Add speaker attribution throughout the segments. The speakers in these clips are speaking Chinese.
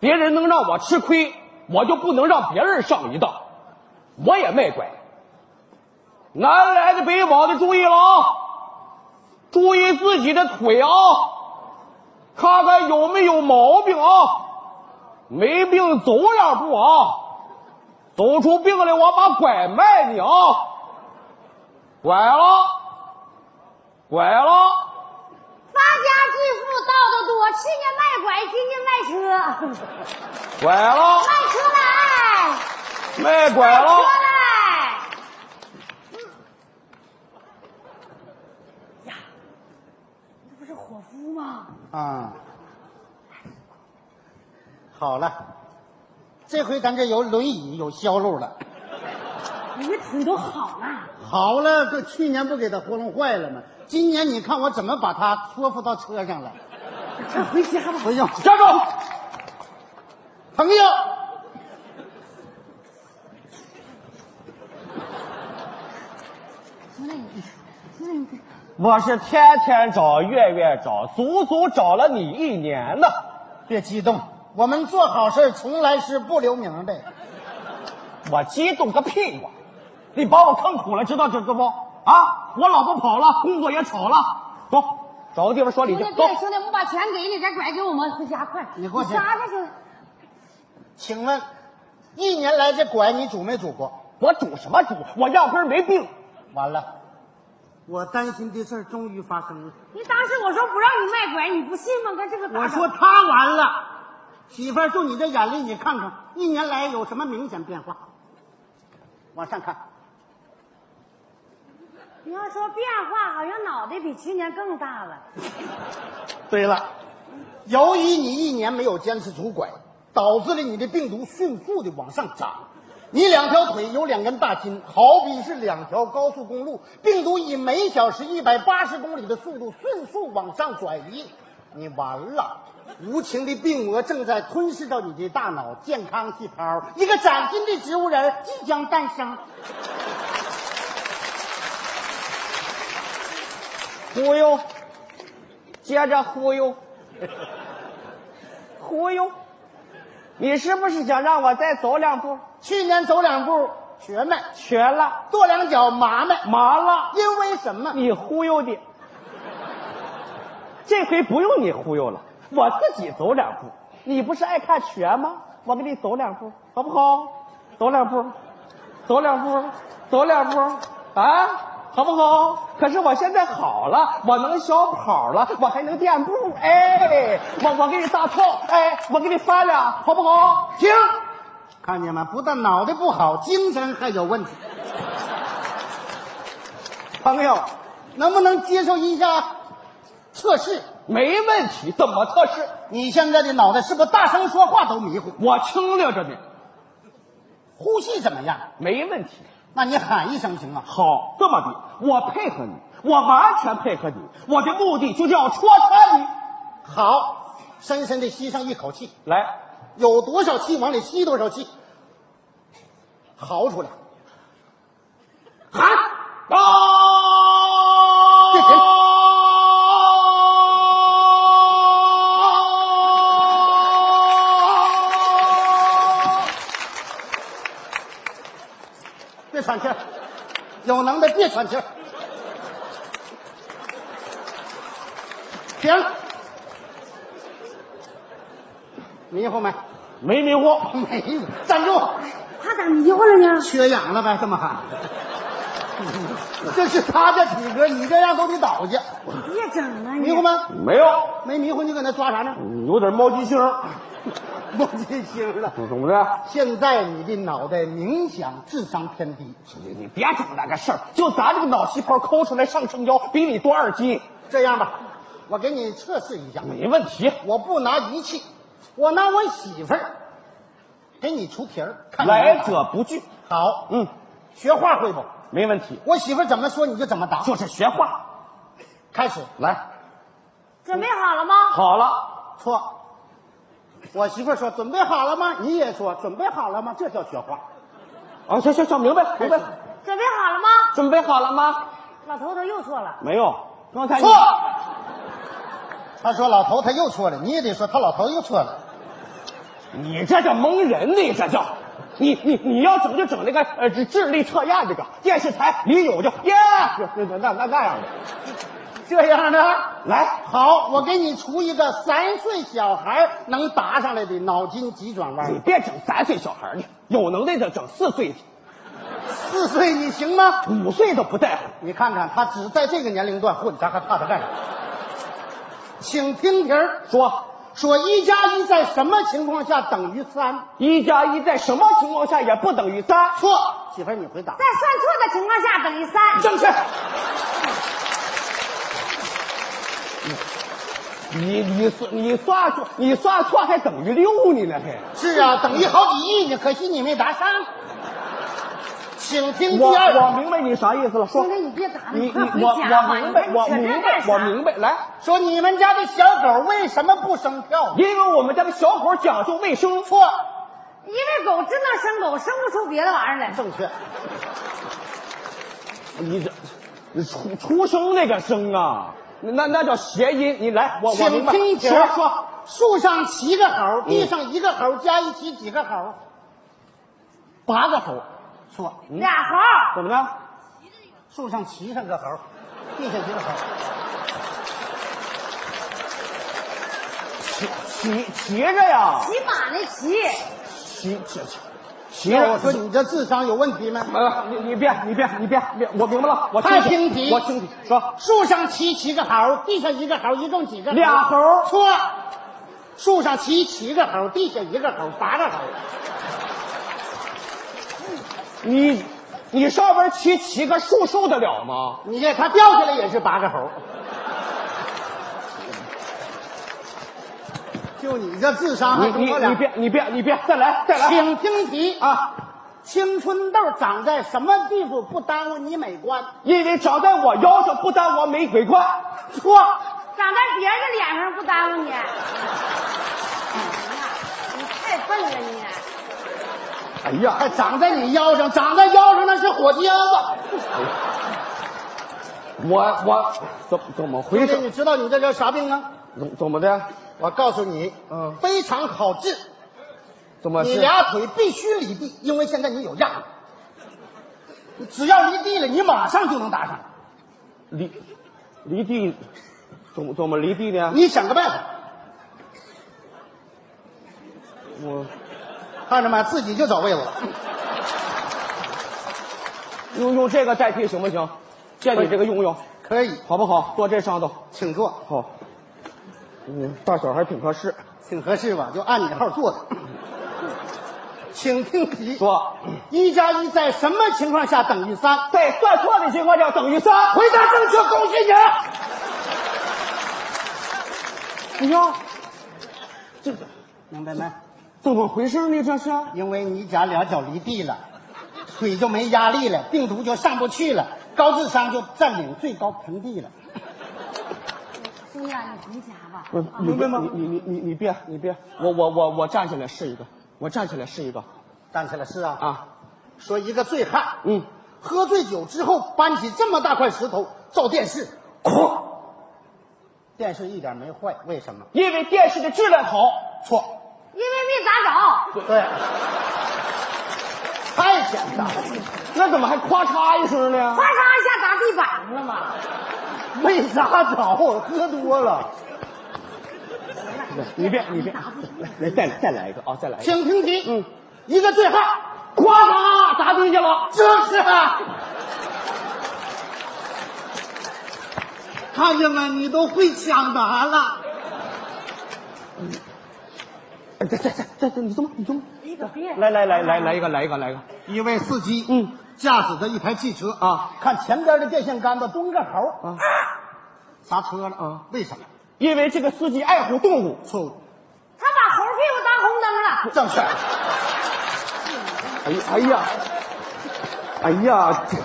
Speaker 1: 别人能让我吃亏，我就不能让别人上一当。我也没拐。南来的北往的，注意了啊！注意自己的腿啊，看看有没有毛病啊！没病走两步啊，走出病来我把拐卖你啊！拐了，拐了。
Speaker 2: 发家致富到的多，去年卖拐，今年卖车，
Speaker 1: 拐了，
Speaker 2: 卖车来，
Speaker 1: 卖拐
Speaker 2: 卖车
Speaker 1: 了，
Speaker 2: 来，嗯那不是伙夫吗？
Speaker 3: 啊，好了，这回咱这有轮椅有销路了。
Speaker 2: 你们腿都好了，
Speaker 3: 好了，这去年不给他糊弄坏了吗？今年你看我怎么把他说服到车上来？
Speaker 2: 这回家吧。
Speaker 3: 不用，
Speaker 1: 站住！
Speaker 3: 朋友，
Speaker 1: 我是天天找，月月找，足足找了你一年呢。
Speaker 3: 别激动，我们做好事从来是不留名的。
Speaker 1: 我激动个屁呀！你把我坑苦了，知道这知不？啊，我老婆跑了，工作也炒了，走，找个地方说理
Speaker 2: 兄
Speaker 1: 去
Speaker 2: 弟，。
Speaker 1: 走，
Speaker 2: 别兄弟，我把钱给你，这拐给我们，回家快！
Speaker 3: 你过去
Speaker 2: 撒吧，兄弟。
Speaker 3: 请问，一年来这拐你拄没拄过？
Speaker 1: 我主什么主？我压根儿没病。
Speaker 3: 完了，我担心的事儿终于发生了。
Speaker 2: 你当时我说不让你卖拐，你不信吗？跟这个打架
Speaker 3: 我说他完了，媳妇儿，就你这眼力，你看看一年来有什么明显变化？往上看，
Speaker 2: 你要说变化，好像脑袋比去年更大了。
Speaker 3: 对了，由于你一年没有坚持拄拐，导致了你的病毒迅速的往上涨。你两条腿有两根大筋，好比是两条高速公路，病毒以每小时一百八十公里的速度迅速往上转移，你完了！无情的病魔正在吞噬到你的大脑健康细胞，一个崭新的植物人儿即将诞生。
Speaker 1: 忽悠，接着忽悠， 忽悠，你是不是想让我再走两步？
Speaker 3: 去年走两步瘸们，
Speaker 1: 瘸了，
Speaker 3: 跺两脚麻们，
Speaker 1: 麻了，
Speaker 3: 因为什么？
Speaker 1: 你忽悠的。这回不用你忽悠了，我自己走两步。你不是爱看瘸吗？我给你走两步，好不好？走两步，走两步，走两步，啊，好不好？可是我现在好了，我能小跑了，我还能垫步，哎，我我给你大跳，哎，我给你翻俩，好不好？
Speaker 3: 停！看见吗？不但脑袋不好，精神还有问题。
Speaker 1: 朋友，
Speaker 3: 能不能接受一下测试？
Speaker 1: 没问题，怎么测试？
Speaker 3: 你现在的脑袋是不是大声说话都迷糊？
Speaker 1: 我轻略着呢，
Speaker 3: 呼吸怎么样？
Speaker 1: 没问题。
Speaker 3: 那你喊一声行吗？
Speaker 1: 好，这么的，我配合你，我完全配合你，我的目的就是要戳穿你。
Speaker 3: 好，深深的吸上一口气，
Speaker 1: 来，
Speaker 3: 有多少气往里吸多少气，嚎出来。
Speaker 1: 喊啊！
Speaker 3: 别停 别喘气儿，有能耐别喘气儿。停，迷糊没？
Speaker 1: 没迷糊，
Speaker 3: 没有，站住！
Speaker 2: 怕咋迷糊了呢？
Speaker 3: 缺氧了呗？这么喊， 这是他的体格，你这样都得倒下。
Speaker 2: 别整了，你
Speaker 3: 迷糊？吗？
Speaker 1: 没有，
Speaker 3: 没迷糊，你搁那抓啥呢？
Speaker 1: 有点猫鸡星，
Speaker 3: 冒金星了。
Speaker 1: 怎么的？
Speaker 3: 现在你的脑袋明显智商偏低，
Speaker 1: 你别整那个事儿，就咱这个脑细胞抠出来上升腰，比你多二斤，
Speaker 3: 这样吧，我给你测试一下。
Speaker 1: 没问题。
Speaker 3: 我不拿仪器，我拿我媳妇儿给你出题儿。看你
Speaker 1: 来者不拒，
Speaker 3: 好，
Speaker 1: 嗯，
Speaker 3: 学画会不？
Speaker 1: 没问题，
Speaker 3: 我媳妇儿怎么说你就怎么答。
Speaker 1: 就是学画。
Speaker 3: 开始，
Speaker 1: 来，
Speaker 2: 准备好了吗？
Speaker 1: 好了，
Speaker 3: 错。我媳妇儿说准备好了吗？你也说准备好了吗？这叫学画。
Speaker 1: 啊，行行行，明白明白，
Speaker 2: 准备好了吗？
Speaker 1: 准备好了吗？
Speaker 2: 老头头又错了，
Speaker 1: 没有，刚才你
Speaker 3: 错。他说老头他又错了，你也得说他老头又错了。
Speaker 1: 你这叫蒙人呢，这叫。你你你要整就整那个呃智智力测验这个电视台李友就耶，那那那那样的
Speaker 3: 这样的。
Speaker 1: 来，
Speaker 3: 好，我给你出一个三岁小孩能答上来的脑筋急转
Speaker 1: 你
Speaker 3: 弯。
Speaker 1: 别整三岁小孩儿的，有能耐的整四岁的，
Speaker 3: 四岁你行吗？
Speaker 1: 五岁都不在乎。
Speaker 3: 你看看他只在这个年龄段混，咱还怕他干啥？请听题儿，
Speaker 1: 说
Speaker 3: 说一加一在什么情况下等于三？
Speaker 1: 一加一在什么情况下也不等于三？
Speaker 3: 错，媳妇儿你回答
Speaker 2: 在。算错的情况下等于三。
Speaker 1: 正确。你你算你算错你算错还等于六呢那还。
Speaker 3: 是啊，等于好几亿呢，可惜你没答上。请听第
Speaker 1: 我
Speaker 3: 二
Speaker 1: 我
Speaker 3: 题，
Speaker 1: 明白你啥意思了，说
Speaker 2: 兄。弟，你别打了，
Speaker 1: 你你
Speaker 2: 快回
Speaker 1: 我
Speaker 2: 家吧
Speaker 1: 我明白
Speaker 2: 你
Speaker 1: 我
Speaker 2: 看你
Speaker 1: 明
Speaker 2: 扯这
Speaker 1: 白
Speaker 2: 干啥
Speaker 1: 我明白，来，
Speaker 3: 说你们家的小狗为什么不生票？
Speaker 1: 因为我们家的小狗讲究卫生，
Speaker 3: 错，
Speaker 2: 因为狗只能生狗，生不出别的玩意儿来。
Speaker 3: 正确。
Speaker 1: 你这你出出生那个生啊，那那叫谐音。你来，我我明
Speaker 3: 请
Speaker 1: 白。
Speaker 3: 听题
Speaker 1: 说说，
Speaker 3: 说，树上七个猴，地上一个猴，加一起几个猴？
Speaker 1: 八个猴，
Speaker 3: 错，
Speaker 2: 俩猴，
Speaker 1: 怎么了？
Speaker 3: 树上骑上个猴，地上一个猴。
Speaker 1: 骑骑骑着呀，
Speaker 2: 骑马那骑，
Speaker 1: 骑骑骑骑
Speaker 3: 那我
Speaker 1: 着
Speaker 3: 说。你这智商有问题吗？
Speaker 1: 呃，你你别你别你别别，我明白了，我
Speaker 3: 他
Speaker 1: 听
Speaker 3: 听题
Speaker 1: 我听题，说
Speaker 3: 树上骑七个猴，地上一个猴，一共几个猴？
Speaker 1: 俩猴儿
Speaker 3: 错，树上骑七个猴，地下一个猴，八个猴。
Speaker 1: 你你上边骑骑个树受得了吗？
Speaker 3: 你这他掉下来也是八个猴。 就你这智商还
Speaker 1: 你
Speaker 3: 跟
Speaker 1: 你
Speaker 3: 我俩
Speaker 1: 你别你别你别再来再来
Speaker 3: 请听题啊！
Speaker 1: 啊！
Speaker 3: 青春痘长在什么地方不耽误你美观？
Speaker 1: 因为长在我腰上不耽误玫瑰冠，
Speaker 3: 错，
Speaker 2: 长在别人的脸上不耽误你。哎呀你太笨了你！
Speaker 1: 哎呀，
Speaker 3: 还长在你腰上，长在腰上那是火鸡腰子。
Speaker 1: 我我怎怎么回
Speaker 3: 兄弟，
Speaker 1: 事？
Speaker 3: 你知道你这叫啥病吗？
Speaker 1: 怎怎么的？
Speaker 3: 我告诉你，
Speaker 1: 嗯
Speaker 3: 非常好治。
Speaker 1: 怎么
Speaker 3: 你
Speaker 1: 是？
Speaker 3: 俩腿必须离地，因为现在你有压力。你只要离地了，你马上就能打上。
Speaker 1: 离离地怎么怎么离地呢？
Speaker 3: 你想个办法，
Speaker 1: 我
Speaker 3: 看着吗？自己就找位子了。
Speaker 1: 用用这个代替行不行？借你这个用用
Speaker 3: 可以，
Speaker 1: 好不好？坐这上头。
Speaker 3: 请坐，
Speaker 1: 好，嗯，大小还挺合适。
Speaker 3: 挺合适吧？就按你号坐 着。请听题：
Speaker 1: 说，
Speaker 3: 一加一在什么情况下等于三？
Speaker 1: 在算错的情况下等于三。
Speaker 3: 回答正确，恭喜你！
Speaker 1: 哎呀，这
Speaker 3: 明白没？
Speaker 1: 怎么回事呢？这是？
Speaker 3: 因为你俩俩脚离地了，腿就没压力了，病毒就上不去了，高智商就占领最高盆地了。
Speaker 2: 兄弟啊，你回家吧。
Speaker 1: 不是
Speaker 2: 啊，
Speaker 1: 你别，你你你你你别，你别，我我我我站起来试一个，我站起来试一个
Speaker 3: 站起来是啊，
Speaker 1: 啊，
Speaker 3: 说一个醉汉，
Speaker 1: 嗯，
Speaker 3: 喝醉酒之后搬起这么大块石头照电视，
Speaker 1: 哐，
Speaker 3: 电视一点没坏，为什么？
Speaker 1: 因为电视的质量好。
Speaker 3: 错，
Speaker 2: 因为没砸着，
Speaker 3: 对，太简单了，
Speaker 1: 那怎么还咔嚓一声呢
Speaker 2: 咔？嚓一下砸地板上了嘛。
Speaker 3: 没砸着，喝多了。
Speaker 1: 你别你别，来来再来再来一个啊，再来一个，
Speaker 3: 请听题，
Speaker 1: 嗯，
Speaker 3: 一个醉汉，
Speaker 1: 呱嚓砸地下了。
Speaker 3: 就是啊。看见没？你都会抢答了。
Speaker 1: 哎再再再再再，你怎么你怎么？
Speaker 2: 你可别
Speaker 1: 来来来来来一个来一个来一个，
Speaker 3: 一位司机，
Speaker 1: 嗯，
Speaker 3: 驾驶着一台汽车
Speaker 1: 啊，
Speaker 3: 看前边的电线杆子蹲个猴，
Speaker 1: 啊，
Speaker 3: 刹车了
Speaker 1: 啊？
Speaker 3: 为什么？
Speaker 1: 因为这个司机爱护动物。
Speaker 3: 错误，
Speaker 2: 他把猴屁股当红灯了。
Speaker 1: 哎
Speaker 3: 正确。
Speaker 1: 呀，哎呀，哎呀，这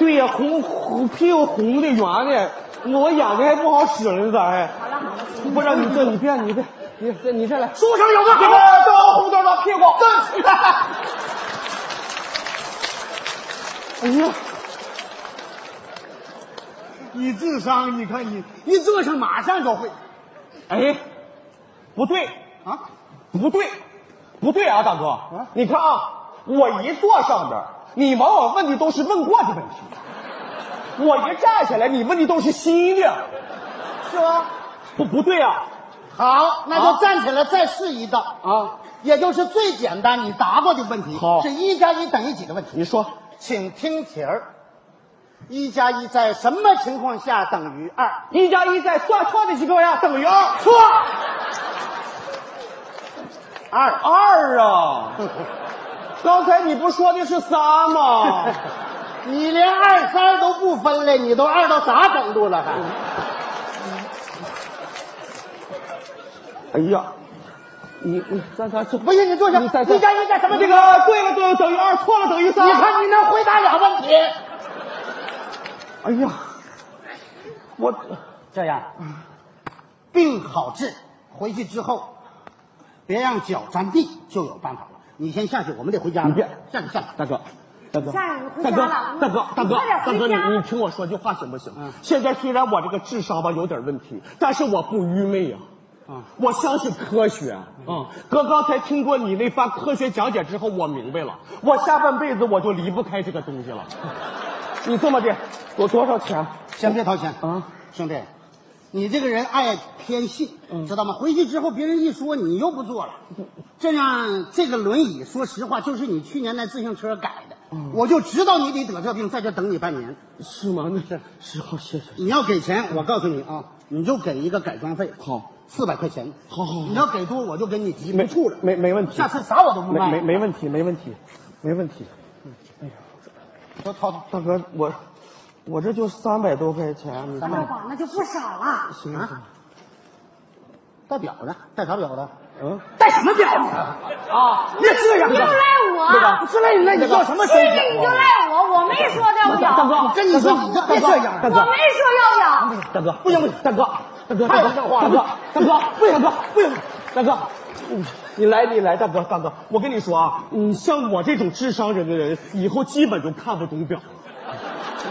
Speaker 1: 对呀，红红屁股红的圆的，我眼睛还不好使呢，咋还？
Speaker 2: 好了好了，行
Speaker 1: 不是你这，你别，你别，你这你这来，
Speaker 3: 树上有个
Speaker 1: 这
Speaker 3: 猴
Speaker 1: 个，当红灯的屁股，
Speaker 3: 正确。
Speaker 1: 哎呀，
Speaker 3: 你智商，你看你一坐上马上就会
Speaker 1: 哎，不对，
Speaker 3: 啊！
Speaker 1: 不对，不对啊，大哥，你看啊，我一坐上边，你往往问的都是问过的问题；我一站起来，你问的都是新的。
Speaker 3: 是吧？
Speaker 1: 不不对啊，
Speaker 3: 好，那
Speaker 1: 啊
Speaker 3: 就站起来再试一道，
Speaker 1: 啊，
Speaker 3: 也就是最简单你答过的问题。
Speaker 1: 好
Speaker 3: 是一加一等于几的问题。
Speaker 1: 你说
Speaker 3: 请听题儿：一加一在什么情况下等于二？
Speaker 1: 一加啊一在算错的情况下等于二，错
Speaker 3: 二
Speaker 1: 二 啊！刚才你不说的是三吗？
Speaker 3: 你连二三都不分了，你都二到啥程度了还？
Speaker 1: 哎呀，你你咱咱这
Speaker 3: 不信你坐下。
Speaker 1: 你再再
Speaker 3: 一加一在什么
Speaker 1: 这个
Speaker 3: 情况？
Speaker 1: 对了等于等于二，错了等于三。
Speaker 3: 你看你能回答俩问题，
Speaker 1: 哎呀，我
Speaker 3: 这样
Speaker 1: 嗯
Speaker 3: 病好治，回去之后别让脚沾地，就有办法了。你先下去，我们得回家了。
Speaker 1: 你别
Speaker 3: 下去下去。
Speaker 1: 大哥。大哥，
Speaker 2: 下人回
Speaker 1: 大
Speaker 2: 家
Speaker 1: 哥，
Speaker 2: 了
Speaker 1: 大哥，大哥，
Speaker 2: 快点
Speaker 1: 大
Speaker 2: 回
Speaker 1: 哥，你
Speaker 2: 家
Speaker 1: 你听我说句话行不行？
Speaker 3: 嗯
Speaker 1: 现在虽然我这个智商吧有点问题，但是我不愚昧呀、
Speaker 3: 啊
Speaker 1: 我相信科学。嗯，哥刚才听过你那番科学讲解之后，我明白了，我下半辈子我就离不开这个东西了。你这么的，我多少钱？
Speaker 3: 先别掏钱
Speaker 1: 啊，
Speaker 3: 兄弟，你这个人爱偏信，
Speaker 1: 嗯
Speaker 3: 知道吗？回去之后别人一说你又不做了，这样这个轮椅，说实话就是你去年那自行车改的，
Speaker 1: 嗯
Speaker 3: 我就知道你得得这病，在这等你半年。
Speaker 1: 是吗？那是是好，谢谢。
Speaker 3: 你要给钱，我告诉你啊，你就给一个改装费，
Speaker 1: 好，
Speaker 3: 四百块钱。
Speaker 1: 好好好
Speaker 3: 你要给多我就给你提
Speaker 1: 没
Speaker 3: 处了，
Speaker 1: 没没问题。
Speaker 3: 下次啥我都不
Speaker 1: 没
Speaker 3: 卖。
Speaker 1: 没没问题，没问题，没问题。哎
Speaker 3: 多掏掏。
Speaker 1: 大哥，我我这就三百啊多块钱，你
Speaker 3: 三
Speaker 2: 大
Speaker 3: 百
Speaker 1: 看
Speaker 2: 宝那就不少了，
Speaker 1: 行不行？
Speaker 3: 戴表呢？戴啥表呢？
Speaker 1: 嗯，
Speaker 3: 戴什么表啊？
Speaker 1: 啊，
Speaker 3: 别这样
Speaker 2: 又
Speaker 3: 啊！
Speaker 2: 赖我，
Speaker 1: 那个
Speaker 3: 不是赖你赖你要什么手
Speaker 2: 这
Speaker 3: 表
Speaker 2: 个
Speaker 3: 啊？
Speaker 2: 你就赖我，我没说要
Speaker 1: 大哥，
Speaker 2: 养，
Speaker 3: 我跟你说你就别这样
Speaker 1: 大
Speaker 2: 我没
Speaker 1: 哥，
Speaker 2: 说要养，
Speaker 1: 大哥，不行不行，大哥，大哥，大哥，大
Speaker 3: 太有像
Speaker 1: 哥
Speaker 3: 话，
Speaker 1: 大
Speaker 3: 了
Speaker 1: 哥，不行，大哥，不行，大哥，嗯你来你来，大哥大哥，我跟你说啊，嗯，像我这种智商人的人，以后基本就看不懂表了。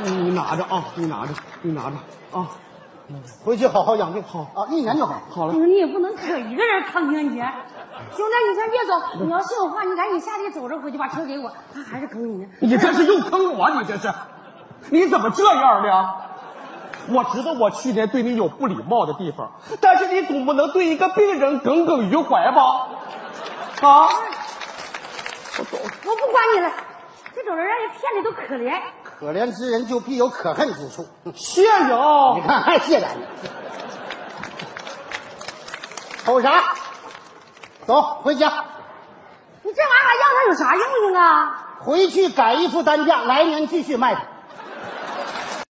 Speaker 1: 你你拿着啊，你拿着，你拿着啊，
Speaker 3: 回去好好养病，好啊，一年就好。
Speaker 1: 好
Speaker 2: 你
Speaker 1: 了。
Speaker 2: 说你也不能可一个人扛情节。兄弟，你先别走，你要信我话，你赶紧下地走着回去，把车给我。他还是坑你呢。
Speaker 1: 你这是又坑我，你这是，你怎么这样呢？我知道我去年对你有不礼貌的地方，但是你总不能对一个病人耿耿于怀吧？啊，
Speaker 2: 我不管你了，这种人让人骗的都可怜。
Speaker 3: 可怜之人就必有可恨之处。
Speaker 1: 谢谢啊
Speaker 3: 你，看，还谢咱呢。瞅啥？走，回家，
Speaker 2: 你这玩意儿还让他有啥用用啊？
Speaker 3: 回去改一副担架，来年继续卖它。